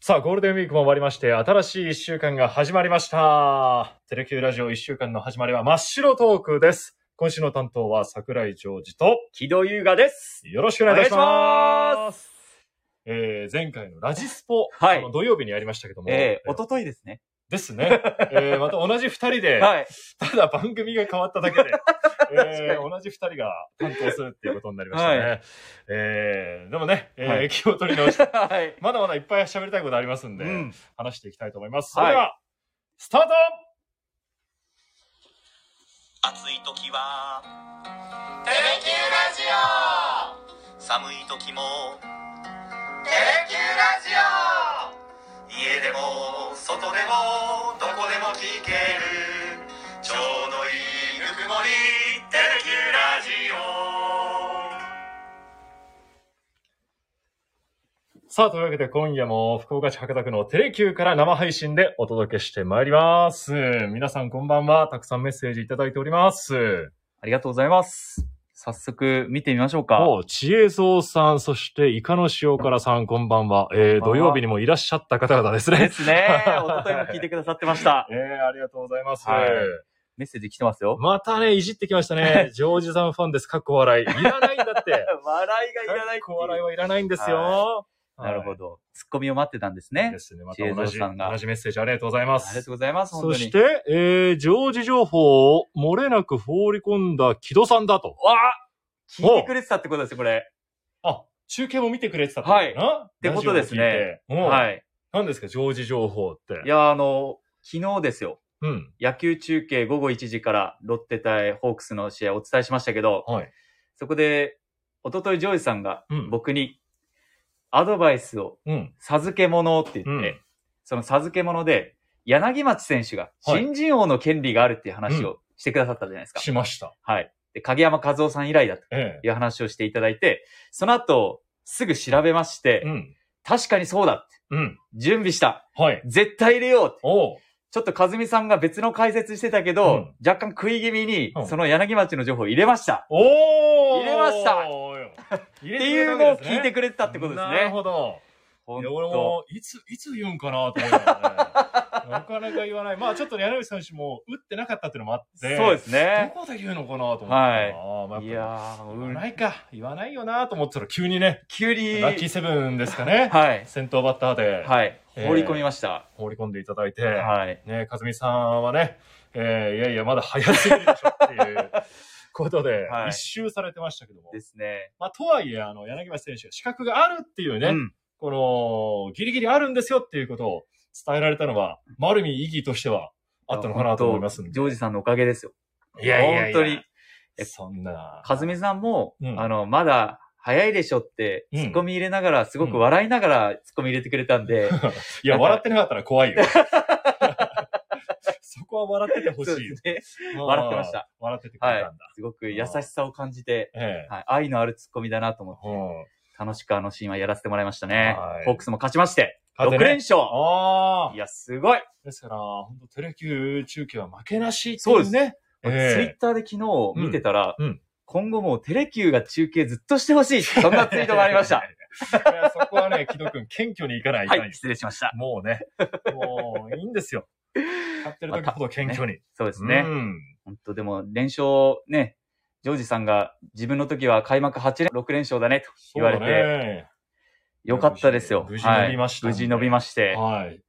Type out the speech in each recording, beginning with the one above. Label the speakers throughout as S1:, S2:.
S1: さあ、ゴールデンウィークも終わりまして、新しい一週間が始まりました。テレキューラジオ一週間の始まりは真っ白トークです。今週の担当は桜井ジョージと、
S2: 木戸優雅です。
S1: よろしくお願いいたします。
S2: お願いします
S1: えー、前回のラジスポ、
S2: はい
S1: あの土曜日にやりましたけども、
S2: ええおとといですね。
S1: ですね。えー、また同じ二人で、
S2: はい。
S1: ただ番組が変わっただ けで、え
S2: 確か
S1: ー同じ二人が担当するっていうことになりましたね。
S2: は
S1: えー、でもね、えー
S2: はい
S1: 気を取り直して、
S2: はい。
S1: まだまだいっぱい喋りたいことありますんで、
S2: うん
S1: 話していきたいと思います。そ
S2: はい
S1: れでは、スタート
S3: 暑い時は「テレキューラジオ」寒い時も「テレキューラジオ」家でも外でもどこでも聞けるちょうどいいぬくもり「テレキューラジオ」
S1: さあ、というわけで今夜も福岡市博多区のテレキューから生配信でお届けしてまいります。皆さんこんばんは。たくさんメッセージいただいております。
S2: ありがとうございます。早速見てみましょうか。
S1: おう、知恵蔵さん、そしてイカの塩辛さん、こんばんは。えー、
S2: こんばんは
S1: 土曜日にもいらっしゃった方々です
S2: で
S1: ね。
S2: す ね。おとといも聞いてくださってまし た
S1: え。ー、ありがとうございます。
S2: はいメッセージ来てますよ。
S1: またね、いじってきました ね。ジョージさんファンです。かっこ笑い。いらないんだ って。
S2: 笑いがいらない
S1: かってこ
S2: っいう
S1: 笑いはいらないんですよ
S2: は。なるほど。ツッコミを待ってたんです
S1: はい。
S2: ね
S1: で。すね。ま
S2: 知恵
S1: た同
S2: 蔵
S1: じ、
S2: さんが
S1: 同じメッセージありがとうございま
S2: ありが
S1: す
S2: とう。ございます。本当
S1: そ
S2: に。
S1: して、えー、ジョージ情報を漏れなく放り込んだ木戸さんだと。
S2: わあ聞いてくれてたってことですよ、これ。
S1: あ、中継も見てくれてた
S2: はい
S1: ってことかなっ
S2: ってことですね。
S1: は。
S2: はいい。
S1: 何ですか、ジョージ情報って。
S2: いや、あの、昨日ですよ。
S1: うん。
S2: 野球中継午後1時からロッテ対ホークスの試合お伝えしましたけど、
S1: はい。
S2: そこで、おとといジョージさんが
S1: うん
S2: 僕にアドバイスを
S1: うん。
S2: 授け物をって言って、
S1: うん
S2: その授け物で柳町選手が
S1: はい
S2: 新人王の権利があるっていう話をしてくださったじゃないですか。
S1: しました。
S2: はい。で、影山和夫さん以来だと
S1: え
S2: いう話をしていただいて、その後、すぐ調べまして、
S1: え。うん。
S2: 確かにそうだって
S1: うん。
S2: 準備した
S1: はい。
S2: 絶対入れようって
S1: おう。
S2: ちょっと和美さんが別の解説してたけど、若干食い気味に
S1: うん、
S2: その柳町の情報を入れました。
S1: おー
S2: 入れました
S1: 入れ
S2: ってて
S1: くれた
S2: いう
S1: わ
S2: の
S1: けで
S2: を
S1: すね
S2: 聞いてくれてたってことです
S1: なる
S2: ね。
S1: ほど。
S2: ほん
S1: いや、
S2: と
S1: 俺も、いつ、いつ言うんかなと思いながらね。なかなか言わない。まあ、ちょっとね柳内選手も打ってなかったっていうのもあって。
S2: そうです
S1: ど
S2: ね。
S1: こで言うのかなと思って。
S2: はい
S1: あーまあ、
S2: い
S1: やっぱ
S2: やー、
S1: り
S2: う
S1: 言わ
S2: ん、
S1: ないか。言わないよなと思ってたら急にね、
S2: 急に、
S1: ラッキーセブンですかね。
S2: はい。
S1: 先頭バッターで
S2: はい。
S1: えー
S2: 放り込みました。
S1: 放り込んでいただいて。
S2: はい。、
S1: ね、かずみさんはね、えー、いやいや、まだ早すぎるでしょっていうことで
S2: はい
S1: 一周されてましたけども。
S2: ですね。
S1: まあ、とはいえ、あの、柳橋選手が資格があるっていうね、
S2: うん。
S1: この、ギリギリあるんですよっていうことを伝えられたのは、まあある意味意義としてはあったのかなと思いますん
S2: ほん
S1: で。
S2: ジョージさんのおかげですよ。
S1: いやいやいや
S2: 本当に。え
S1: そんな。
S2: 和美さんも、
S1: うん
S2: あの、まだ、早いでしょって、
S1: うん
S2: ツッコミ入れながら、すごく笑いながら、ツッコミ入れてくれた んで、
S1: いや、
S2: なんか
S1: 笑ってなかったら怖 いよ。そこは笑っててほし
S2: そう
S1: い
S2: で
S1: よ
S2: す。ね。
S1: あー
S2: 笑ってました。
S1: 笑っててく
S2: は
S1: れ
S2: い
S1: たんだ。。
S2: すごく優しさを感じて、
S1: ええ
S2: はい、愛のあるツッコミだなと思って、
S1: うん
S2: 楽しくあのシーンはやらせてもらいましたね
S1: はい。
S2: ホークスも勝ちまして、
S1: 勝て
S2: 6
S1: ね
S2: 連勝
S1: ああ
S2: い。や、すごい、
S1: ですから、本当テレキュー中継は負けなしってい
S2: そうで
S1: う
S2: す
S1: ね。
S2: ツイッターで昨日見てたら、
S1: うんうん
S2: 今後もうテレキューが中継ずっとしてほしいそんなツイートがありま した。
S1: いや。そこはね、木戸くん、謙虚にいかないとい
S2: は
S1: けない
S2: い、失礼しました。
S1: もうね、もういいん ですよ。勝ってる時ほど謙虚に。
S2: そうですね。
S1: うん。
S2: 本当でも、連勝ね、ジョージさんが自分の時は開幕8連、6連勝だねと言われて、
S1: て、
S2: よかったですよ。
S1: 無事伸びましたん
S2: はい
S1: で
S2: 無事伸びまして、
S1: はい。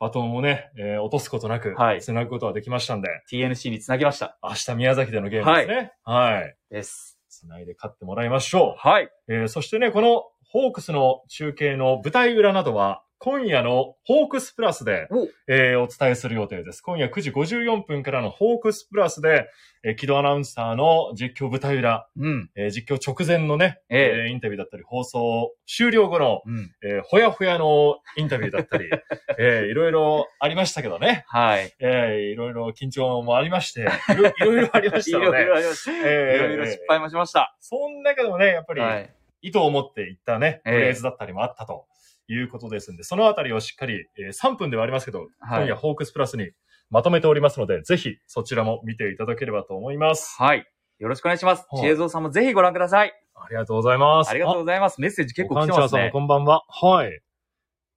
S1: バトンをね、えー落とすことなく、
S2: はい
S1: 繋ぐことはできましたんで、
S2: TNC につなぎました。
S1: 明日宮崎でのゲームですね。はい。
S2: です。
S1: 繋いで勝ってもらいましょ
S2: はい。
S1: う。えーそしてね、このホークスの中継の舞台裏などは、今夜のホークスプラスで
S2: お、
S1: えーお伝えする予定です。今夜9時54分からのホークスプラスで、えー、木戸アナウンサーの実況舞台裏、
S2: うん。
S1: えー実況直前のね、
S2: ええ
S1: えーインタビューだったり、放送終了後の、
S2: うん。
S1: えーほやほやのインタビューだったり、 えーいろいろありましたけどね、
S2: はい。
S1: えーいろいろ緊張もありまして、いろいろいろありまし
S2: い
S1: たの
S2: ろい
S1: で、
S2: ろありました。い
S1: え
S2: ろいろ失敗もしました。
S1: その中でもね、やっぱり
S2: はい。
S1: 意図を持っていったね、
S2: ええ
S1: フレーズだったりもあったということですんで、そのあたりをしっかり、えー3分ではありますけど、
S2: はい
S1: 今夜ホークスプラスにまとめておりますので、ぜひそちらも見ていただければと思います。
S2: はい。よろしくお願いします。
S1: はい
S2: 知恵蔵さんもぜひご覧ください。
S1: ありがとうございます。
S2: ありがとうございます。メッセージ結構来てます
S1: さん、
S2: ね。
S1: こんばんは。はい。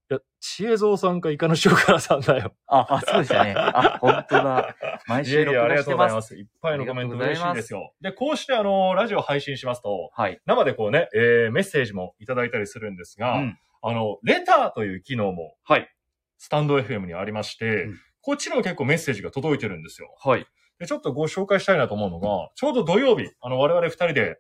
S1: や、知恵蔵さんかイカの塩辛さんだよ。
S2: あ、あ、そうでしたね。あ、本当だ。毎
S1: いえ
S2: 週
S1: い
S2: 録
S1: えありが
S2: 画し
S1: とう
S2: て
S1: ご
S2: ま。
S1: ざいますす。いっぱいのコメント嬉しいんですよ。で、こうしてあの、ラジオ配信しますと、
S2: はい。
S1: 生でこうね、えーメッセージもいただいたりするんです
S2: う
S1: が、
S2: ん。
S1: あの、レターという機能も、
S2: はい
S1: スタンド FM にありまして、
S2: うん
S1: こっちにも結構メッセージが届いてるんですよ。
S2: はい。
S1: で、ちょっとご紹介したいなと思うのが、ちょうど土曜日、あの、我々二人で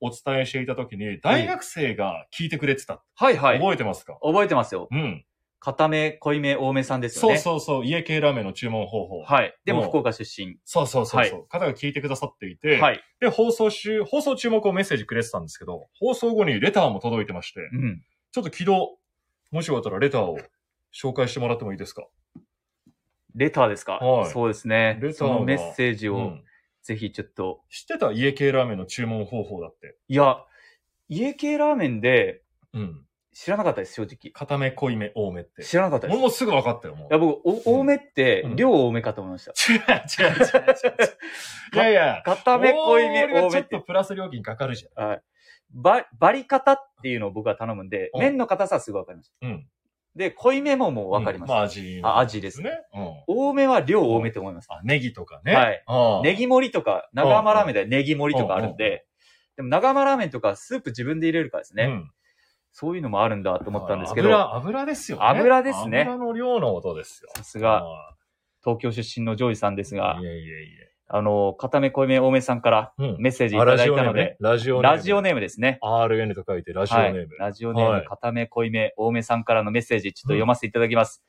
S1: お伝えしていた時に、大学生が聞いてくれてた。
S2: はいはい。
S1: 覚えてますか
S2: 覚えてますよ。
S1: うん。
S2: 片目、濃いめ、多めさんですよ
S1: そう
S2: ね。う
S1: そうそう、家系ラーメンの注文方法。
S2: はい。でも
S1: もう
S2: 福岡出身。
S1: そうそうそうそう、方が聞いてくださっていて、
S2: はい。
S1: で、放送中、放送中もこうメッセージくれてたんですけど、放送後にレターも届いてまして、
S2: うん。
S1: ちょっと昨日、もしよかったらレターを紹介してもらってもいいですか
S2: レターですか
S1: はい
S2: そうですね
S1: レ。タ
S2: そ
S1: ーが
S2: のメッセージ
S1: う
S2: を
S1: ん、
S2: ぜひちょっと。
S1: 知ってた家系ラーメンの注文方法だって。
S2: いや、家系ラーメンで
S1: うん。
S2: 知らなかったです、正直。
S1: 固め、濃いめ、多めって。
S2: 知らなかったで
S1: もう
S2: す。
S1: もうす
S2: い
S1: ぐ分かったよ、もう。
S2: や、僕、お多めって
S1: うん、
S2: 量多めかと思いました。
S1: 違う違う違う 違う。いやいや。
S2: 片目、濃いめ、
S1: 大盛りは
S2: 多
S1: ち
S2: め
S1: ょ
S2: っ
S1: ってと。プラス料金かかるじ
S2: はい。ば、バリ方っていうのを僕は頼むんで、
S1: うん
S2: 麺の硬さはすぐわかりました。
S1: ゃん。うん。
S2: で、濃いめももうわかりまし
S1: うんまあ
S2: た。
S1: 味。
S2: あ、味です
S1: ね
S2: ね。。
S1: うん。
S2: 多めは量多めって思います。
S1: あ、ネギとかね。
S2: はい
S1: ああ。
S2: ネギ盛りとか、長浜ラーメンではネギ盛りとかあるんで、でも長浜ラーメンとかスープ自分で入れるからですね、
S1: うん
S2: そういうのもあるんだと思ったんですけど、さ
S1: 油、油ですよね。
S2: 油ですね
S1: 油の量の音ですよ。
S2: すが東京出身のジョージさんです
S1: ああ
S2: が
S1: い、えいえいえ。
S2: あの、片目濃いめ多めさんから
S1: うん。
S2: メッセージい
S1: あ
S2: ただい
S1: ラジ
S2: た
S1: オネー
S2: の
S1: ムね
S2: で、。
S1: ラジオネーム。
S2: ラジオネームですね。
S1: RN と書いてラジオネーム。
S2: はい、ラジオネーム、
S1: はい
S2: 片目濃いめ、多めさんからのメッセージ、ちょっと読ませていただきます。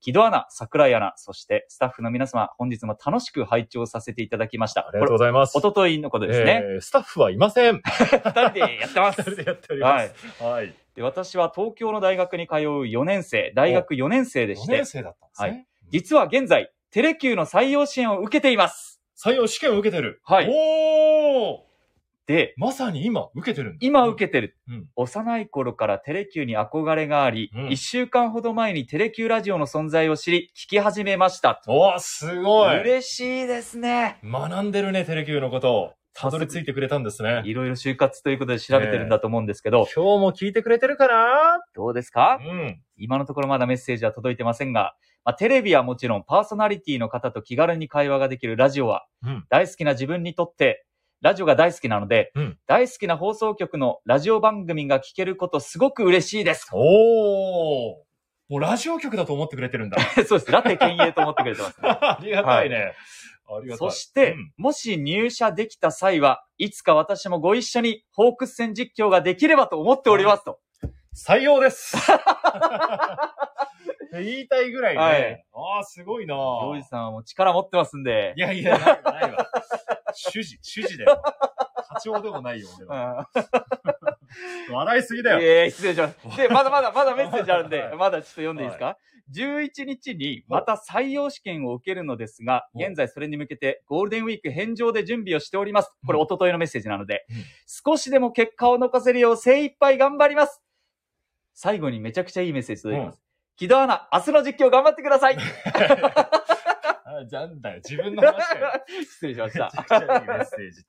S2: 木戸アナ、桜井アナ、そしてスタッフの皆様、本日も楽しく拝聴させていただきました。
S1: ありがとうございます。
S2: これおとといのことですね。
S1: えースタッフはいません。
S2: 二、人でやってます。
S1: それでやっております。はい。
S2: で私は東京の大学に通う4年生、大学4年生でし
S1: 4
S2: て
S1: 年、生だったんですね。
S2: 実は現在、テレキューの採用支援を受けています。
S1: 採用試験を受けてる。
S2: はい
S1: おー
S2: で、
S1: まさに今受けてるんだ
S2: 今受けてる。
S1: うん
S2: 幼い頃からテレキューに憧れがあり、
S1: うん
S2: 1週間ほど前にテレキューラジオの存在を知り、聞き始めました。
S1: おーすごい
S2: 嬉しいですね。
S1: 学んでるね、テレキューのことを。たどり着いてくれたんですね。
S2: いろいろ就活ということで調べてるんだと思うんですけど、
S1: 今日も聞いてくれてるかな
S2: どうですか
S1: うん。
S2: 今のところまだメッセージは届いてませんが、まあ、テレビはもちろんパーソナリティの方と気軽に会話ができるラジオは、
S1: うん
S2: 大好きな自分にとって、ラジオが大好きなので、
S1: うん
S2: 大好きな放送局のラジオ番組が聞けることすごく嬉しいです。
S1: おーもうラジオ局だと思ってくれてるんだ。
S2: そうです。ラテ県営と思ってくれてます、ね。
S1: ありがたいね。ありがたい。
S2: そして、
S1: うん
S2: もし入社できた際は、いつか私もご一緒にホークス戦実況ができればと思っておりますと。
S1: 採用です 言いたいぐらいね。
S2: はい
S1: ああ、すごいな
S2: ジョージさんはもう力持ってますんで
S1: い。やいや、ないわ、ないわ。主事、主事だよ。課長でもないよ、俺
S2: う
S1: は。
S2: ん
S1: 笑いすぎだよ。
S2: ええ失礼しました。 で、まだまだ、まだメッセージあるんで
S1: はい、
S2: まだちょっと読んでいいですか、?11 日にまた採用試験を受けるのですが、
S1: お
S2: 現在それに向けてゴールデンウィーク返上で準備をしております。これ、
S1: うん
S2: 一昨日のメッセージなので、
S1: うん
S2: 少しでも結果を残せるよう精一杯頑張ります。最後にめちゃくちゃいいメッセージ届いてます。木戸アナ、明日の実況頑張ってください
S1: あなんだよ、自分の話だよ。
S2: 失礼しまし
S1: めちゃ
S2: た。
S1: くちゃいいメッセージっ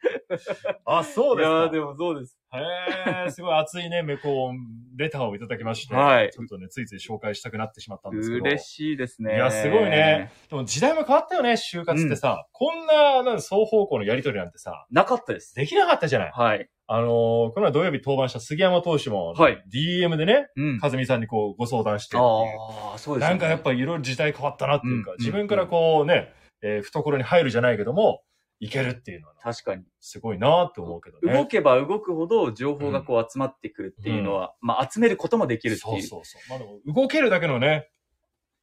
S1: て。あ、そう
S2: い
S1: です
S2: や
S1: か
S2: ー。でもそうです。
S1: へえ、すごい熱いね、めこう、レターをいただきまして。
S2: はい
S1: ちょっとね、ついつい紹介したくなってしまったんですけど。
S2: 嬉しいですね。
S1: いやすごいね。でも時代も変わったよね、就活ってさ。こんな、なんか双方向のやりとりなんてさ、
S2: なかったです。
S1: できなかったじゃない。
S2: はい。
S1: あのーこの前土曜日登板した杉山投手も、
S2: はい。
S1: DM でね、
S2: うん。
S1: 和美さんにこう、ご相談してっていう。
S2: ああ、そうですよ
S1: な
S2: ね
S1: んかやっぱいろいろ時代変わったなっていうか、
S2: うん
S1: 自分からこうね、えー懐に入るじゃないけども、いけるっていうのはね、
S2: 確かに。
S1: すごいなって思うけどね。
S2: 動けば動くほど情報がこう集まってくるっていうのは、まあ集めることもできるっていう。
S1: そうそうそう。まあでも、動けるだけのね、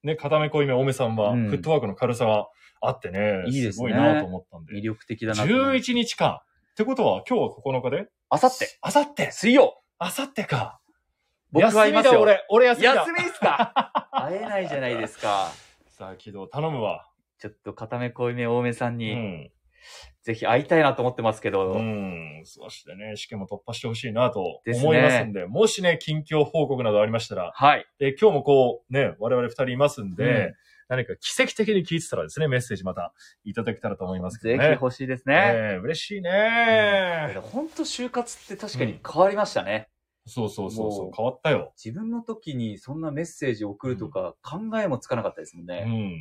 S1: ね、片目濃いめ、おめさんは、
S2: うん
S1: フットワークの軽さがあってね、
S2: いいです
S1: ご
S2: ね
S1: いなと思ったんで
S2: 魅。力的だなと思います。
S1: 11日か。ってことは、今日は9日で
S2: あさって、
S1: あさって
S2: 水曜、
S1: あさってか。
S2: 僕はいます
S1: 休みだ、
S2: よ。
S1: 俺。俺休みだ。
S2: 休みですか会えないじゃないですか。
S1: さあ、起動頼むわ。
S2: ちょっと片目濃いめ多めさん
S1: う
S2: に、
S1: ん。
S2: ぜひ会いたいなと思ってますけど、
S1: うん。そしてね、試験も突破してほしいなと
S2: ですね
S1: 思いますんで、もしね、近況報告などありましたら、
S2: はい。
S1: で、今日もこう、ね、我々二人いますんで、
S2: うん
S1: 何か奇跡的に聞いてたらですね、メッセージまたいただけたらと思いますけ
S2: ぜ
S1: ど
S2: ひ
S1: ね。
S2: 欲しいですね。
S1: ええ嬉しいね、
S2: 本当就活って確かに変わりましたね。
S1: そうそうそうそ
S2: も
S1: う
S2: う、
S1: 変わったよ。
S2: 自分の時にそんなメッセージを送るとか、考えもつかなかったですもん
S1: う
S2: ね。
S1: ん。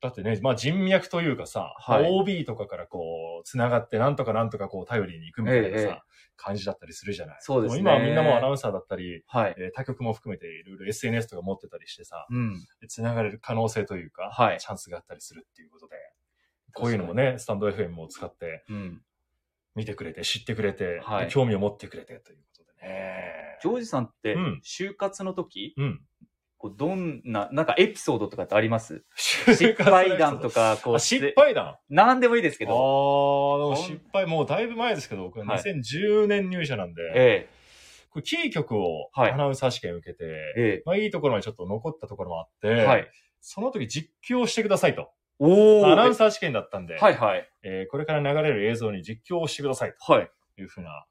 S1: だってね、まあ人脈というかさ、
S2: はい
S1: OB とかからこう、つながってなんとかなんとかこう頼りに行くみたいなさ、
S2: ええええ
S1: 感じだったりするじゃない。
S2: そうですね
S1: も今はみんなもうアナウンサーだったり、
S2: はい。
S1: えー他局も含めていろいろ SNS とか持ってたりしてさ、
S2: うん。
S1: つながれる可能性というか、
S2: はい
S1: チャンスがあったりするっていうことで、こういうのもね、スタンド FM を使って
S2: うん。
S1: 見てくれて、知ってくれて、
S2: はい
S1: で興味を持ってくれてということでね。
S2: ジョージさんって
S1: うん、
S2: 就活の時、
S1: うん。
S2: こうどんな、なんかエピソードとかってあります 失
S1: 失
S2: 敗談と。か、こ
S1: あ
S2: う、
S1: 失敗談
S2: なんでもいいですけ
S1: ああ
S2: ど。
S1: ー、でも失敗、もうだいぶ前ですけど、僕は
S2: はい
S1: 2010年入社なんで、
S2: え
S1: これキー局を
S2: はい
S1: アナウンサー試験受けて、
S2: え、え
S1: まあいいところにちょっと残ったところもあって、
S2: え、はい。
S1: その時実況してくださいと。
S2: お
S1: アナウン
S2: ー
S1: サー試験だったんで、
S2: はいはい。
S1: えーこれから流れる映像に実況をしてください
S2: はい。
S1: というふうな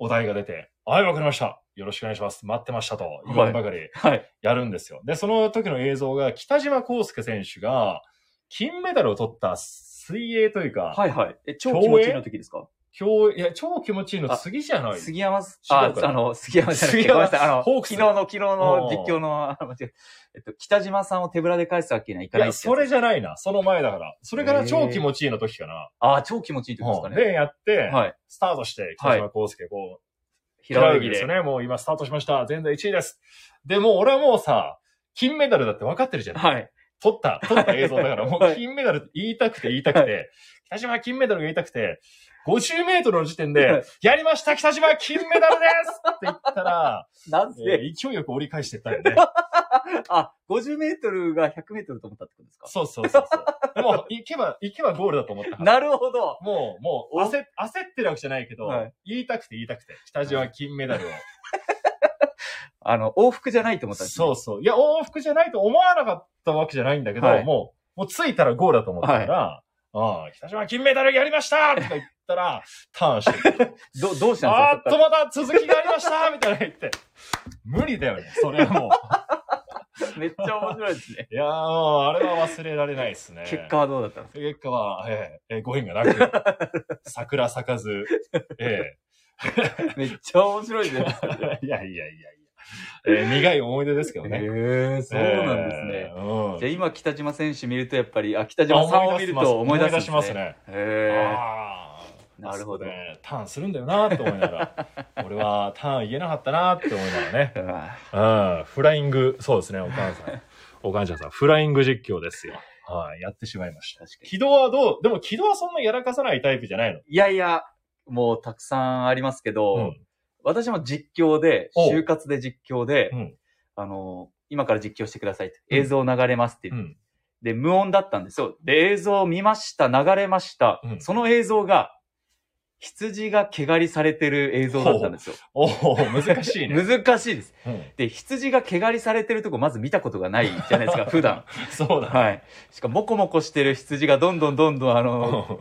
S1: お題が出て、はい、わかりました。よろしくお願いします。待ってましたと言わんばかり
S2: はい。
S1: やるんですよ。で、その時の映像が北島康介選手が金メダルを取った水泳というか、
S2: はいはい。え、超気持ちいいの時ですか
S1: 今日、いや、超気持ちいいの次じゃない
S2: 杉山す、
S1: 違
S2: あ
S1: う、か
S2: あの、杉山じゃなくて、
S1: 杉
S2: ご
S1: 山
S2: めんなさい。あの、
S1: ホー
S2: 昨
S1: クス
S2: 日の、昨日の
S1: おー
S2: 実況の、あ間違ええっと、北島さんを手ぶらで返すわけにはい
S1: い
S2: かない
S1: や、
S2: って
S1: そ
S2: やつ
S1: れじゃないな。その前だから。それから超気持ちいいの時かな。
S2: ああ、超気持ちいい時ですか
S1: うん
S2: ね。
S1: で、やって、
S2: はい。
S1: スタートして、北島康介、こう、
S2: 平泳ぎ
S1: ですよ
S2: で。
S1: ね。もう今スタートしました。全然1位です。で、もう俺はもうさ、金メダルだって分かってるじゃない
S2: はい。
S1: 撮った、撮った映像だから、も
S2: は
S1: う
S2: い
S1: 金メダルって言いたくて言いたく
S2: は
S1: て、北島金メダルが言いたくて、50メートルの時点
S2: はい
S1: で、やりました北島金メダルですって言ったら、
S2: なん
S1: え
S2: で、
S1: ー勢いよく折り返してったよ ね。
S2: あ、50メートルが100メートルと思ったってことですか
S1: そうそうそうそう。もう、行けば、行けばゴールだと思ったから。
S2: なるほど。
S1: もう、もう、
S2: お
S1: 焦っ焦ってるわけじゃないけど、
S2: はい
S1: 言いたくて言いたくて、北島金メダルを。
S2: あの、往復じゃないと思ったんですね
S1: そうそう。いや、往復じゃないと思わなかったわけじゃないんだけど、
S2: はい
S1: もう、もう着いたらゴールだと思ったから、ああ、北島金メダルやりましたとか言ったら、ターンしてくる、
S2: ど、どうしたんです
S1: あ
S2: か
S1: ーっとまた続きがありました みたいな言って、無理だよね。それはも
S2: めっちゃ面白いですね。
S1: う。いやー、もうあれは忘れられないですね。
S2: 結果はどうだったんです
S1: 結果は、ええええご縁がな く、桜咲かず、え
S2: か めっちゃ面白いです
S1: えいやいやいやいや、ええ苦い思い出ですけどね。
S2: へえ、そうなんです
S1: え
S2: ね。
S1: えうん
S2: じゃあ今、北島選手見ると、やっぱり、あ、北島さんを見ると思い出すんですね。
S1: 思い出します。ね。
S2: へ
S1: あ
S2: え。
S1: ー
S2: なるほど。
S1: そうねターンするんだよなって思いなが ら、俺はターン言えなかったなって思いながらね。
S2: うわ
S1: うん、フライング、そうですね、お母さん。 お母ちゃんさん、フライング実況ですよ。はい、やってしまいました。
S2: 確かに。
S1: 軌道はどうでも軌道はそんなやらかさないタイプじゃないの。
S2: いやいや、もうたくさんありますけど、
S1: うん
S2: 私も実況で、
S1: お
S2: 就活で実況で、
S1: うん
S2: あの、今から実況してくださいと。
S1: うん
S2: 映像流れますって、
S1: うん。
S2: で、無音だったんですよ。で、映像を見ました、流れました。
S1: うん
S2: その映像が、羊が毛刈りされてる映像だったんですよ。
S1: おお難しいね。
S2: 難しいです。
S1: うん、
S2: で、羊が毛刈りされてるとこまず見たことがないじゃな いですか、普段。
S1: そうだ。
S2: はい。しかも、モコモコしてる羊がどんどんどんどん、あの、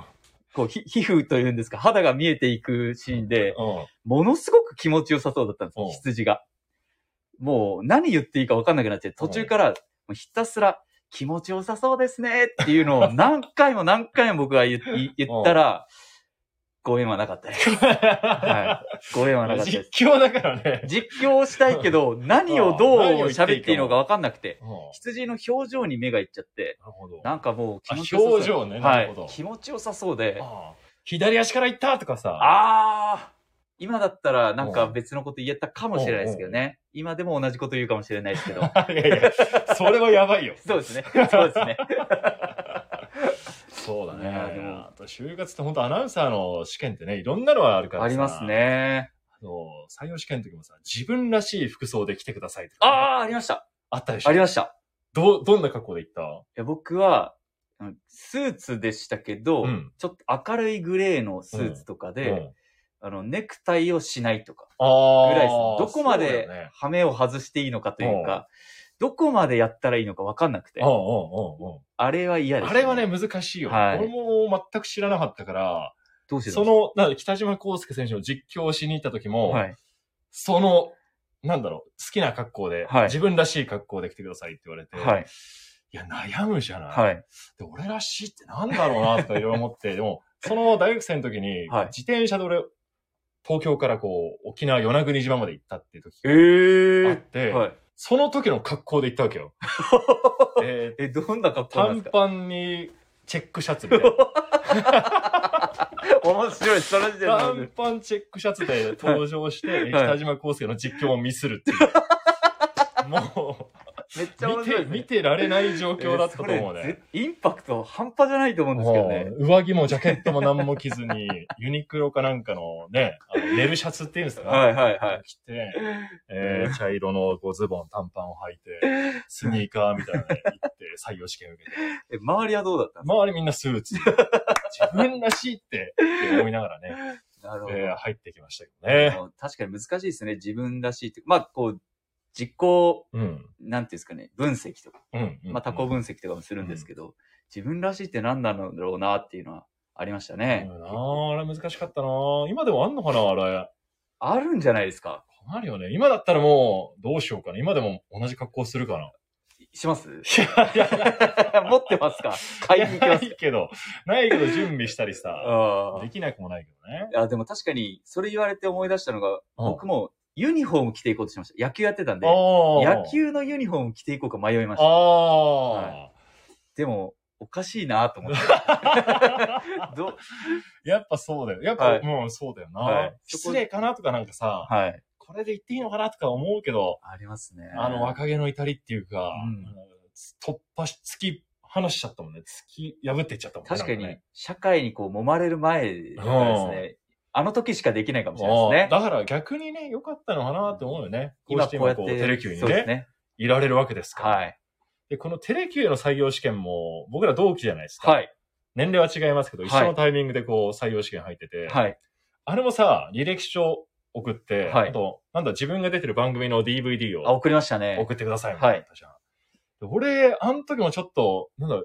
S2: こう、ひ 皮膚というんですか、肌が見えていくシーンで、
S1: う
S2: ものすごく気持ちよさそうだったんです
S1: う
S2: よ
S1: ん、
S2: 羊が。もう、何言っていいか分かんなくなっちゃって、途中から、もうひたすら、気持ちよさそうですねっていうのを何回も何回も僕が 言言言ったら、ご縁はなかったです。
S1: ん。
S2: は。
S1: はい
S2: ご縁は なかったです。
S1: 実況だからね。
S2: 実況したいけど、何をどう喋っていいのか分かんなくて、
S1: うんな
S2: 羊の表情に目がいっちゃって、
S1: るほど。
S2: なんかもう気
S1: あ
S2: 持ちよさそう。
S1: 表情ね。な
S2: は
S1: るほ
S2: い
S1: ど。。
S2: 気持ちよさそうで、
S1: ああ左足から行ったとかさ。
S2: ああ今だったらなんか別のこと言えたかもしれないですけどね。今でも同じこと言うかもしれないですけ ど。
S1: いやいや、それはやばいよ。
S2: そうですね。そうですね。
S1: そうだ
S2: いやで
S1: ね。
S2: も
S1: あと、就活って本当アナウンサーの試験ってね、いろんなのはあるからさ。
S2: あります。ね。
S1: あの、採用試験の時もさ、自分らしい服装で来てくださいとか、
S2: あ
S1: あ
S2: あありました。
S1: あったでしょ
S2: ありました。い
S1: どう、どんな格好で行っ
S2: や僕は、うんスーツでしたけど、
S1: うん
S2: ちょっと明るいグレーのスーツとか
S1: た
S2: で、
S1: うん
S2: あの、ネクタイをしないとか、ぐ
S1: ああ。
S2: らいです。どこま
S1: そうだよ
S2: で
S1: ね
S2: 羽目を外していいのかというか、どこまでやったらいいのかわかんなくて
S1: うん、うんうんうん
S2: あれは嫌です、
S1: あれはね、、難しいよ。
S2: はい
S1: 俺も全く知らなかったから、
S2: どうしてた
S1: そ
S2: んです
S1: の、なんか北島康介選手の実況をしに行った時
S2: か
S1: も、
S2: はい。
S1: その、なんだろう、好きな格好で、
S2: はい
S1: 自分らしい格好で来てくださいって言われて、
S2: はい。
S1: いや、悩むじゃない、
S2: はい。
S1: で俺らしいってなんだろうな、とかいろいろ思って、でも、その大学生の時に、
S2: はい
S1: 自転車で俺、東京からこう、沖縄与那国島まで行ったっていう時
S2: え
S1: があっ
S2: ー
S1: て、
S2: はい。
S1: その時の格好で行ったわけ よ。え
S2: え、どんな格
S1: ー
S2: 好なんで
S1: 短
S2: すか
S1: パンにチェックシャ ツみたいな。
S2: 面白い、それじゃない
S1: 短パンチェックシャツで登場 して、
S2: い
S1: 北島康介の実況をミスるって いう。も
S2: めっちゃ
S1: う、
S2: 面
S1: 見
S2: 白
S1: て、
S2: いですね。
S1: 見てられない状況だったと思う
S2: えーそれ
S1: ね。
S2: ぜインパクト半端じゃないと思うんですけどね
S1: も。う上着もジャケットも何も着ずに、 ユニクロかなんかのね、あの寝るシャツっていうんですか
S2: はいはいはい。
S1: 着て、えー茶色のこうズボン、短パンを履いて、スニーカーみたいなの に行って採用試験受けて。
S2: え、周りはどうだったんで
S1: 周りみんなスーツ。自分らしいってって思いながらね、
S2: すかなるほど。
S1: えー入ってきましたけどね。
S2: 確かに難しいですね。自分らしいって。まあ、こう、実行、
S1: うん。
S2: なんていうんですかね、分析とか、
S1: うん。うん
S2: まあ、多項分析とかもするんですけど、自分らしいって何なんだろうなっていうのはありましたね。
S1: うんなああれ難しかったなあ今でもあんのかなあれ。
S2: あるんじゃないですか
S1: 困るよね。今だったらもう、どうしようかな。今でも同じ格好する かな。
S2: します
S1: いやいや、
S2: 持ってますか買いに行き
S1: な
S2: ます
S1: いけど、ないけど準備したりさ、
S2: あ
S1: できなくもないけどね。
S2: ーあ。でも確かに、それ言われて思い出したのが、
S1: うん
S2: 僕もユニフォーム着ていこうとしました。野球やってたんで、
S1: ああ。
S2: 野球のユニフォーム着ていこうか迷いまし
S1: あ
S2: た。
S1: あ、
S2: はでも、おかしいなと思って。ど
S1: やっぱそうだよ。やっぱ、
S2: はい
S1: うん、そうだよな、
S2: はい
S1: 失礼かなとかなんかさ、
S2: はい。
S1: これで言っていいのかなとか思うけど、
S2: ありますね。
S1: あの若気の至りっていうか、
S2: うん
S1: 突破し、突き放しちゃったもんね。突き破っていっちゃったもんね。
S2: 確か
S1: なん
S2: に、社会にこう、揉まれる前だからですね。あの時しかできないかもしれな
S1: ね。
S2: いですね。
S1: だから逆にね、良かったのかなって思うよね。こう
S2: 今
S1: して
S2: こうや
S1: 今
S2: っ
S1: こ
S2: て、
S1: う、テレキューに
S2: そうで
S1: ね
S2: すね。
S1: いられるわけですから。
S2: はい。
S1: で、このテレキューへの採用試験も、僕ら同期じゃないですか。
S2: はい。
S1: 年齢は違いますけど、
S2: はい
S1: 一緒のタイミングでこう、採用試験入ってて、
S2: はい。
S1: あれもさ、履歴書送って、
S2: はい
S1: あと、なんだ、自分が出てる番組の DVD
S2: あ、
S1: を
S2: 送りましたね。
S1: 送ってくださいみたいなのあったじゃん。で俺、あの時もちょっと、なんだ、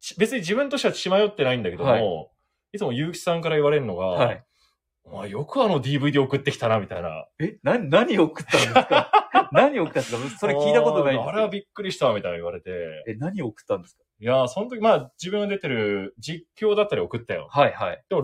S1: ち別に自分としては血迷ってないんだけども、
S2: はい
S1: い、つも結城さんから言われるのが、
S2: はい。
S1: お前よくあの DVD 送ってきたな、みたいな。
S2: え、な、何送ったんですか 何送ったんですかそれ聞いたことない
S1: あ
S2: んで
S1: ー
S2: す
S1: あれは
S2: けど
S1: びっくりしたわ、みたいな言われて。
S2: え、何送ったんですか
S1: いやー、その時、まあ、自分が出てる実況だったり送ったよ。
S2: はいはい。
S1: でも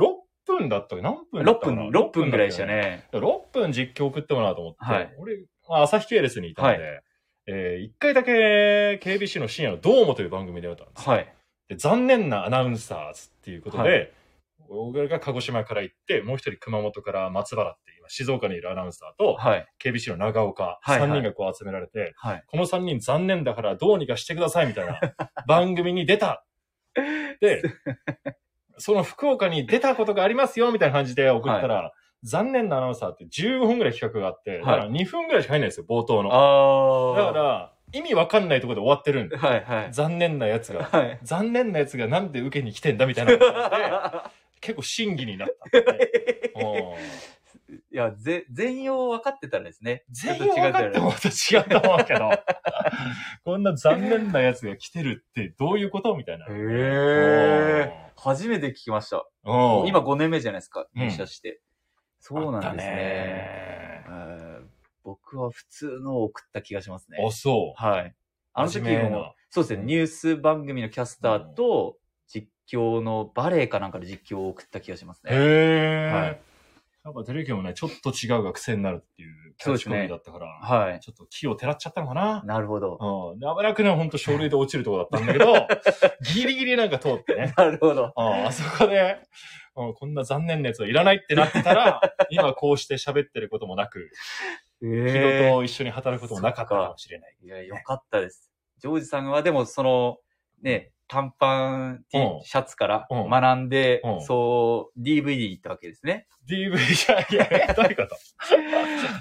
S1: 6分だったっけ何分だ
S2: 6
S1: ったかな
S2: 分、6分ぐらいでした。ね。
S1: 6分実況送ってもらおうと思って、
S2: はい
S1: 俺、まあ、朝日系列にいたので、えー一回だけ KBC の深夜のどうもという番組でやったんですよ
S2: はい。
S1: で残念なアナウンサーズっていうことで、
S2: は
S1: 俺が鹿児島から行って、もう一人熊本から松原っていう、今静岡にいるアナウンサーと、
S2: はい。
S1: KBC の長岡、
S2: はいはい
S1: 3人がこう集められて、
S2: はい。
S1: この3人残念だからどうにかしてくださいみた いな番組に出た。で、その福岡に出たことがありますよみたいな感じで送ったら、残念なアナウンサーって15分ぐらい企画があって、だから2分ぐらいしか入んないんですよ、冒頭の。だ
S2: ああ。
S1: から、意味わかんないところで終わってるんで、
S2: はいはい。
S1: 残念なやつが。
S2: はい。
S1: 残念なやつがなんで受けに来てんだみたいなのが あって。結構審議になったんだね、うん
S2: いや、ぜ、全容分かってたらですね。
S1: 全員分かってもまた違ったもんけ ど。こんな残念なやつが来てるってどういうことみたいな。
S2: へえ。初めて聞きました。
S1: うんうん
S2: 今5年目じゃないですか、
S1: うん
S2: 入社して。そうなんですね
S1: あ
S2: えー僕は普通のを送った気がします
S1: っ
S2: ね
S1: た。ねあ、そう。
S2: はい。あの時も、そうですね、ニュース番組のキャスターと、実況のバレエかなんかで実況を送った気がします
S1: へ
S2: ね。
S1: え、
S2: はい
S1: やっぱテレビ局もね、ちょっと違うが癖になるっていうキャッチコピーだったから、
S2: はい。
S1: ちょっと木をてらっちゃったのかな。
S2: なるほど。
S1: うん。で危なくね、ほんと書類で落ちるとこだったんだけ ど、ギリギリなんか通ってね。
S2: なるほど。
S1: ああそこで、うんこんな残念なやつはいらないってなってたら、 今こうして喋ってることもなく、
S2: え
S1: ヒロと一緒に働くこともなかったかもしれない。
S2: いや、よかったです。ジョージさんはでもその、ね、短パン T
S1: うん
S2: シャツから
S1: うん
S2: 学んで、
S1: うん
S2: そう、DVD に行ったわけです ね。
S1: DV じゃ、いや、どういうこ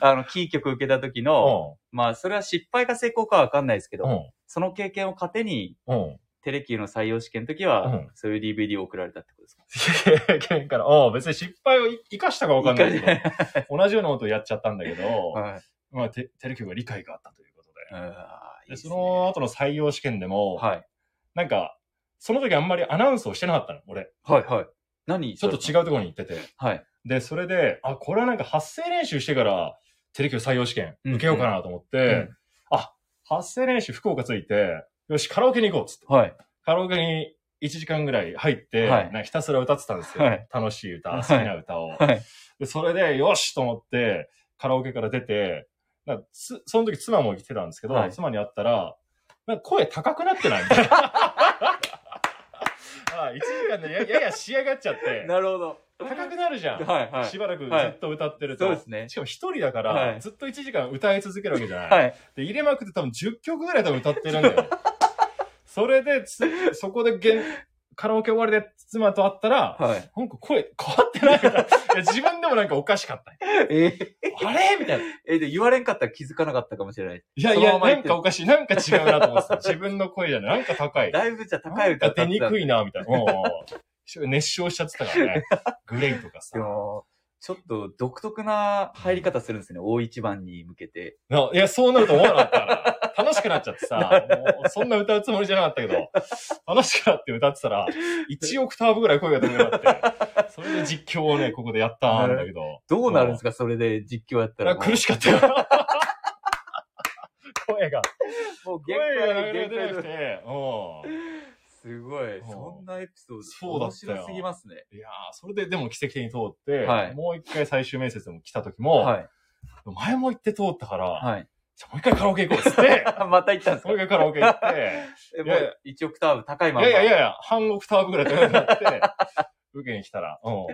S2: あの、キー曲受けた時の、
S1: と
S2: まあ、それは失敗か成功かはわかんないですけど、
S1: うん。
S2: その経験を糧に、
S1: うん。うん。
S2: テレキューの採用試験の時
S1: う
S2: は
S1: ん、
S2: そういう DVD を送られたってことですか、
S1: 経験から、うん別に失敗を生かしたかわかんないけ
S2: 生か
S1: ど、同じようなことをやっちゃったんだけど、
S2: はい。
S1: まあ、テテレキューが理解があったということで。
S2: あーいい
S1: で
S2: です
S1: そ
S2: ね
S1: の後の採用試験でも、
S2: はい。
S1: なんか、その時あんまりアナウンスをしてなかったの、俺。
S2: はい、はい。何
S1: ちょっと
S2: そ
S1: 違う
S2: れ
S1: ところに行ってて。
S2: はい。
S1: で、それで、あ、これはなんか発声練習してから、テレキュー採用試験受けようかなと思って、
S2: うん
S1: あ、発声練習福岡ついて、よし、カラオケに行こうっつって。
S2: はい。
S1: カラオケに1時間ぐらい入って、
S2: はい
S1: なんかひたすら歌ってたんですよ。
S2: はい
S1: 楽しい歌、
S2: はい
S1: 好きな歌を。
S2: はい。
S1: でそれで、よしと思って、カラオケから出て、なんかつその時妻も来てたんですけど、
S2: はい
S1: 妻に会ったら、なんか声高くな ってないみたいな。あ1時間でややや仕上がっちゃって、
S2: なるほど。
S1: 高くなるじゃん。
S2: はいはい。
S1: しばらくずっと歌ってると。
S2: そうですね
S1: し。かも一人だから、
S2: はい
S1: ずっと1時間歌い続けるわけじゃない。
S2: はい。
S1: で、入れまくって多分10曲ぐらい多分歌ってるんだ よ。それで、つそこでげん、カラオケ終わりで妻と会ったら、
S2: はい。
S1: なんか声変わってないみたいな。いや自分でもなんかおかしか った。
S2: えー、
S1: あれみたいな。
S2: えー、で、言われんかったら気づかなかったかもしれない。
S1: いやい
S2: その
S1: や、
S2: まま
S1: な
S2: 言っ
S1: ん
S2: て
S1: かおかしい。なんか違うなと思ってた。自分の声じゃない。なんか高い。
S2: だいぶじゃあ高い歌
S1: なんか出に
S2: い。
S1: くいな、みたいな。 うんうん熱唱しちゃってたからね。グレイとかさ
S2: で。も、ちょっと独特な入り方するんですね。大一番に向けて。
S1: ないや、そうなると思わなかったから。楽しくなっちゃってさ、もうそんな歌うつもりじゃなかったけど、楽しくなって歌ってたら、1オクターブぐらい声が出なくなって、それで実況をね、ここでやったんだけど、
S2: どうなるんですかそれで実況やったら
S1: なん
S2: もう。
S1: か苦しかったよ。声が、
S2: もう限
S1: 声が
S2: 界、
S1: 流れ
S2: 限
S1: 出な
S2: 界
S1: く
S2: だ。
S1: て、うん。
S2: すごい。
S1: うん
S2: そんなエピソード。
S1: そうだったよ
S2: 面白すぎますね。
S1: いやー、それででも奇跡的に通って、
S2: はい
S1: もう一回最終面接でも来た時も、
S2: はい。
S1: 前も行って通ったから、
S2: はい。
S1: じゃあもう一回カラオケ行こうっつって、
S2: また行ったんですか
S1: もう一回カラオケ行って、
S2: え、
S1: い
S2: も
S1: やいう
S2: 1オクターブ高いま
S1: い
S2: ま。
S1: やいやいやいや、半オクターブぐらい高くなって、受けに来た ら、うん。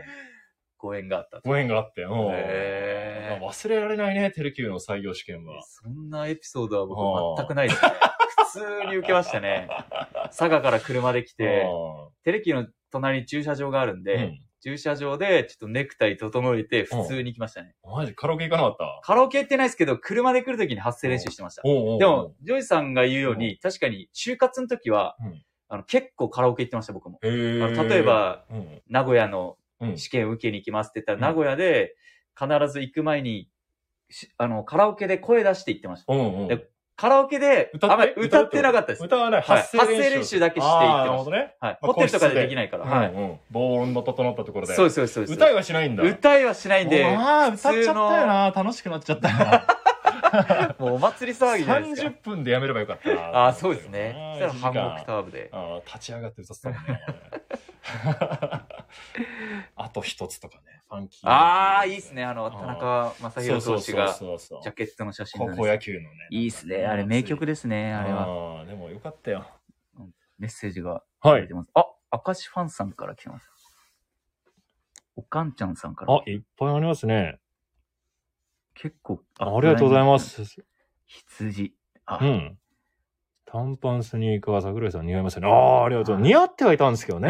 S2: ご縁があったと。
S1: ご縁があって、うん。
S2: へー
S1: 忘れられないね、テルキューの採用試験は。
S2: そんなエピソード
S1: あ
S2: は
S1: ー
S2: 僕全くないですね。普通に受けました ね。佐賀から車で来て、テレキの隣に駐車場があるん
S1: う
S2: で、
S1: ん、うん。
S2: 駐車場でちょっとネクタイ整えて普通に来ましたね。
S1: マジカラオケ行かなかった
S2: カラオケ行ってないですけど、車で来るときに発声練習してました。
S1: おうおう
S2: でも、、ジョイさんが言うように、確かに就活の時は、
S1: うん
S2: あの結構カラオケ行ってました、僕も。
S1: へ
S2: あ
S1: ー
S2: の例え、ば、
S1: うん。
S2: 名古屋の
S1: うん。
S2: 試験受けに行きますって言ったら、
S1: うん
S2: 名古屋で必ず行く前に、しあの、カラオケで声出して行ってました。
S1: うんうん
S2: で。カラオケで、
S1: 歌って
S2: あんまり歌ってなかったです。
S1: 歌わない。
S2: はい
S1: 発声練習。
S2: 発声練習だけして行ってました
S1: あーなるほどね。
S2: はい。
S1: まあ
S2: ホテルとかでできないから。はい。
S1: うんうん。防音の整ったところで。
S2: そうです、そうです、そうです。
S1: 歌いはしないんだ。
S2: 歌いはしないんで、
S1: ああ、歌っちゃったよな。楽しくなっちゃったよな。
S2: もうお祭り騒ぎじゃないですか。
S1: 30分でやめればよかったな。
S2: ああ、そうですね。そ
S1: うん
S2: したら
S1: 一時
S2: 半
S1: 間
S2: 目ターブで。
S1: ああ、立ち上がって歌ってたもんね。 あと一つとかね、ファンキー。
S2: ああ、いいですね。あの、
S1: うん
S2: 田中正
S1: そう
S2: 宏
S1: そう
S2: 投手が、
S1: そうそう
S2: ジャケットの写真
S1: 高
S2: なん
S1: 校
S2: です
S1: 野球のね。
S2: いいですね。あれ、名曲ですね。あれは。
S1: は。でもよかったよ。
S2: メッセージが
S1: は
S2: 出
S1: い。
S2: てます。あ、明石ファンさんから来てます。おかんちゃんさんから
S1: あ。、いっぱいありますね。
S2: 結構。
S1: ありがとうございま。す。
S2: 羊。あ
S1: う、ん。短パンスニーカーは桜井さん似合いますよね。ああ、ありがとう。似合ってはいたんですけど ね。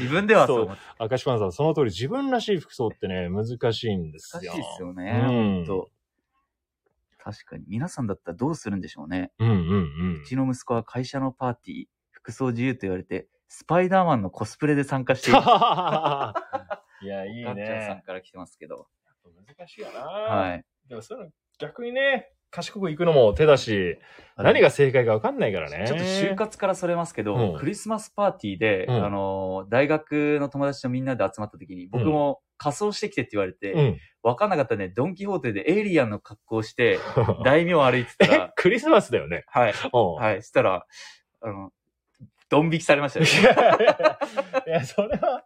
S2: 自分ではそう思って。
S1: 明石ファンさん、その通り自分らしい服装ってね、難しいんですよ。
S2: 難しいですよ
S1: う
S2: ね。
S1: ん。
S2: と。確かに、皆さんだったらどうするんでしょうね。
S1: うんうんうん
S2: う。ちの息子は会社のパーティー、服装自由と言われて、スパイダーマンのコスプレで参加している。か
S1: いや、 いい
S2: っちゃんさん
S1: ね。
S2: から来てますけど。
S1: 難しいよな。
S2: はい。
S1: でもそういうの逆にね、賢く行くのも手だし、何
S2: が
S1: が正解か分かんないからね。
S2: ちょっと就活からそれますけど、
S1: うん
S2: クリスマスパーティーで、
S1: うん
S2: あのー、大学の友達とみんなで集まった時に、僕も仮装してきてって言われて、
S1: うん。
S2: わかんなかったんで、ドンキホーテでエイリアンの格好をして、大名を歩いてた
S1: え
S2: ら、
S1: クリスマスだよね。
S2: はい、
S1: うん
S2: はい、したら、あの、ドン引きされま したね。
S1: いや、いやそれは、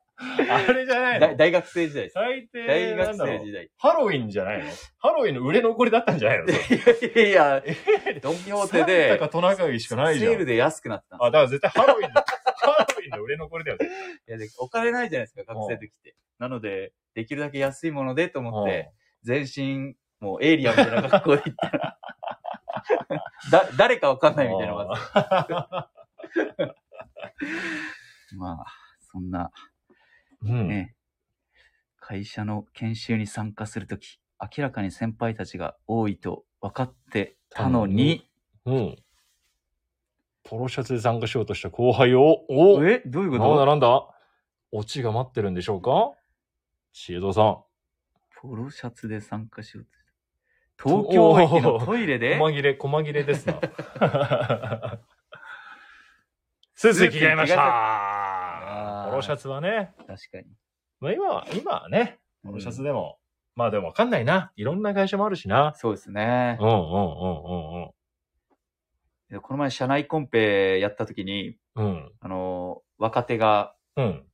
S1: あれじゃない
S2: 大
S1: の。
S2: 大学生時代です。
S1: 最
S2: 大
S1: 低な
S2: 学
S1: んだろ
S2: 生
S1: う
S2: 時。代。
S1: ハロウィンじゃないのハロウィンの売れ残りだったんじゃないのそれ
S2: いやいやいや、ドンキホーテ
S1: サン
S2: で
S1: タ、かトナカイしかないじゃ
S2: セール
S1: ん。
S2: で安くなったんで
S1: あ、だから絶対ハロウィンの、ハロウィンの売れ残りだよ。
S2: すいやでお金ないじゃないですか、学生の時って。なので、できるだけ安いものでと思って、全身、もうエイリアンみたいな格好で行っ たら、だ、誰かわかんないみたいなのがあって。まあ、そんな、
S1: うんうん。
S2: ね、会社の研修に参加するとき、明らかに先輩たちが多いと分かってたのに、
S1: うん。ポロシャツで参加しようとした後輩を、お
S2: え、どういうこ
S1: なんだ
S2: と
S1: なんだオチが待ってるんでしょうか知恵堂さん。
S2: ポロシャツで参加しようとして。東京駅のトイレで、
S1: 細切れ、細切れです な。スーツに着替えまし
S2: あ
S1: た
S2: ー
S1: ポロシャツはね、
S2: 確かに。
S1: まあ、今は、今はね、ポロシャツ
S2: うん
S1: でも、まあでもわかんないな。いろんな会社もあるしな。
S2: そうですね
S1: うん。うんうんうんうん。
S2: でこの前、社内コンペやった時に、
S1: うん。
S2: あの、若手が、
S1: うん。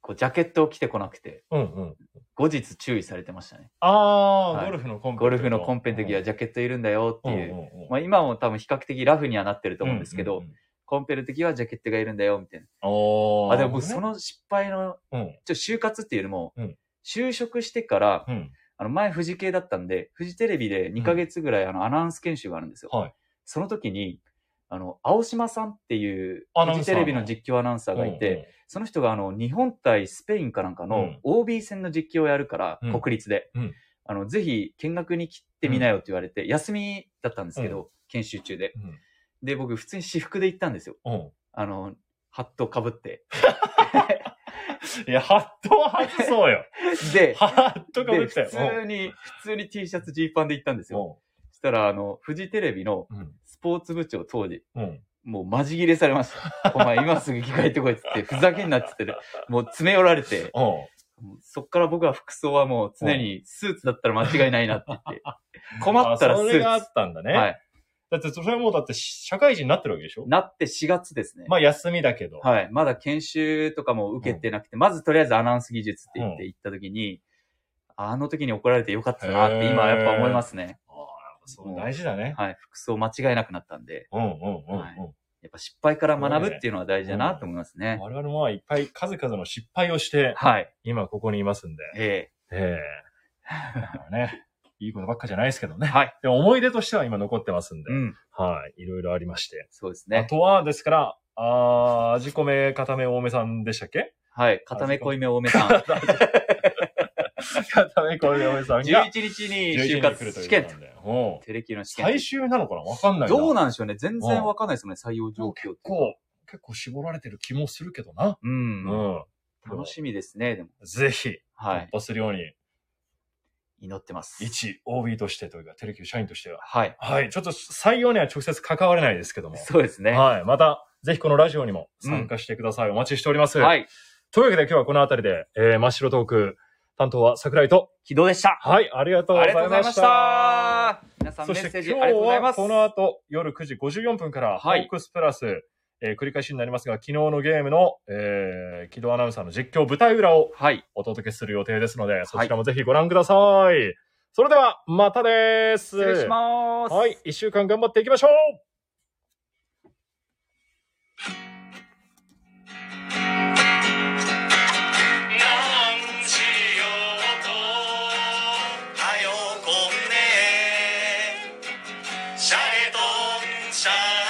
S2: こう、ジャケットを着てこなくて、
S1: うん。うん。
S2: 後日注意されてましたね。
S1: ああ、
S2: はい
S1: ゴルフのコンペ。
S2: ゴルフのコンペの時は
S1: っ
S2: ジャケットいるんだよっていう。
S1: う
S2: まあ、
S1: い
S2: 今も多分比較的ラフにはなってると
S1: と
S2: 思うんですけど、。
S1: んん
S2: コンペの時はジャケットがいるんだよみたい
S1: おー
S2: な。あ、でも僕そ、の失敗の、
S1: うん。
S2: ちょ就活っていうよりも、
S1: うん
S2: 就職してから、
S1: うん。
S2: あの前、富士系だったんで、富士テレビで2ヶ月ぐらいあのアナウンス研修があるんですよ。
S1: はい
S2: その時に、あの、青島さんっていう、
S1: アナウ
S2: 富
S1: ン
S2: 士
S1: サー
S2: テ
S1: の
S2: レビの実況アナウンサーがいて、その人があの、日本対スペインかなんか
S1: う
S2: の
S1: ん
S2: OB 戦の実況をやるから、
S1: うん
S2: 国立で、
S1: うん
S2: あの、ぜひ見学に来てみなよって言われて、休みだったんですけど、研修中で。
S1: うん、うん。
S2: で、僕普通に私服で行ったんですよ。
S1: うん。
S2: あの、ハットかぶって。
S1: いや、ハットは外そうよ。
S2: で、
S1: ハットかぶ
S2: で
S1: ってた
S2: 普
S1: よ。
S2: 通に、普通に T シャツ、ジーパンで行ったんですよ。
S1: よ。
S2: そしたら、あの、フジテレビの
S1: うん。
S2: スポーツ部長当時、
S1: うん。
S2: もうマジ切れされました。お前今すぐ着替えてこいっつって、ふざけんなっつってる、もう詰め寄られて、
S1: うん。
S2: そっから僕は服装はもう常にスーツだったら間違いないなって言って。困ったら
S1: あ
S2: ス
S1: そ
S2: ー
S1: れがあ
S2: ツ
S1: っ。たんだね。
S2: はい。
S1: だって、それはもうだって、社会人になってるわけでしょ
S2: なって4月ですね。
S1: まあ、休みだけど。
S2: はい。まだ研修とかも受けてなくて、まずとりあえずアナウンス技術って言っ
S1: う
S2: て行った時に、あの時に怒られてよかったなって今やっぱ思いますね。
S1: ああそう大事だね。
S2: はい。服装間違いなくなったんで、
S1: うんうんうんうん。
S2: はいやっぱ失敗から学ぶっていうのは大事だなと思いますね。
S1: 我々もまあいっぱい数々の失敗をして、
S2: はい。
S1: 今ここにいますんで。
S2: え
S1: ええだからね。いいことばっかじゃないですけど
S2: え
S1: ね。
S2: はい。
S1: でも思い出としては今残ってますんで。
S2: うん。
S1: はい。いろいろありまして。
S2: そうです
S1: あ
S2: ね。
S1: とは、ですから、あー味込め、固め、多めさんでしたっけ
S2: はい。片目濃いめ多めさん。
S1: 固め、濃いめ、多め さん
S2: 11
S1: が。
S2: 日
S1: 11
S2: に
S1: に
S2: 就活試験
S1: 来る。ということ
S2: と
S1: なんでうん
S2: テレキューの試験。
S1: 最終なのかなわかんないな。
S2: どう
S1: な
S2: なんでしょうね。全然わかんないですもんね、採用状況
S1: 結構、結構絞られてる気もするけどな。
S2: うん。
S1: うん。
S2: 楽しみですね、でも。
S1: ぜひ、
S2: は
S1: 突
S2: い。
S1: 破するように、
S2: 祈ってます。
S1: 一 OB としてというか、テレキュー社員としては。
S2: はい。
S1: はい。ちょっと採用には直接関われないですけども。
S2: そうですね。は
S1: はい。また、ぜひこのラジオにも参加してください。お待ちしております。
S2: い。
S1: い。というわけで今日はこの辺りで、えー、真っ白トーク担当は桜井と、
S2: 起動でした。
S1: はい、ありがとうご
S2: あ
S1: ざ
S2: り
S1: い
S2: がとうござい
S1: ま
S2: ま
S1: し
S2: した
S1: た。。
S2: 皆さんメ
S1: そし
S2: ッ
S1: て
S2: セージあ
S1: 今日
S2: りがとうござい
S1: は
S2: ます。
S1: この後夜9時54分から、ホ
S2: はい
S1: ークスプラス、えー繰り返しになりますが、昨日のゲームの、えー、木戸アナウンサーの実況舞台裏を
S2: はい。
S1: お届けする予定ですので、そちらもぜひご覧ください。それでは、またです。
S2: 失礼します。
S1: はい、一週間頑張っていきましょう
S3: なんしようとはよこんねシャレとんシャレ